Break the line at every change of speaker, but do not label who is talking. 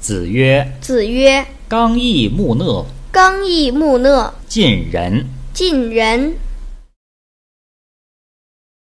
子曰
子曰：“
刚毅木讷，
刚毅木讷，
近人。”
近人。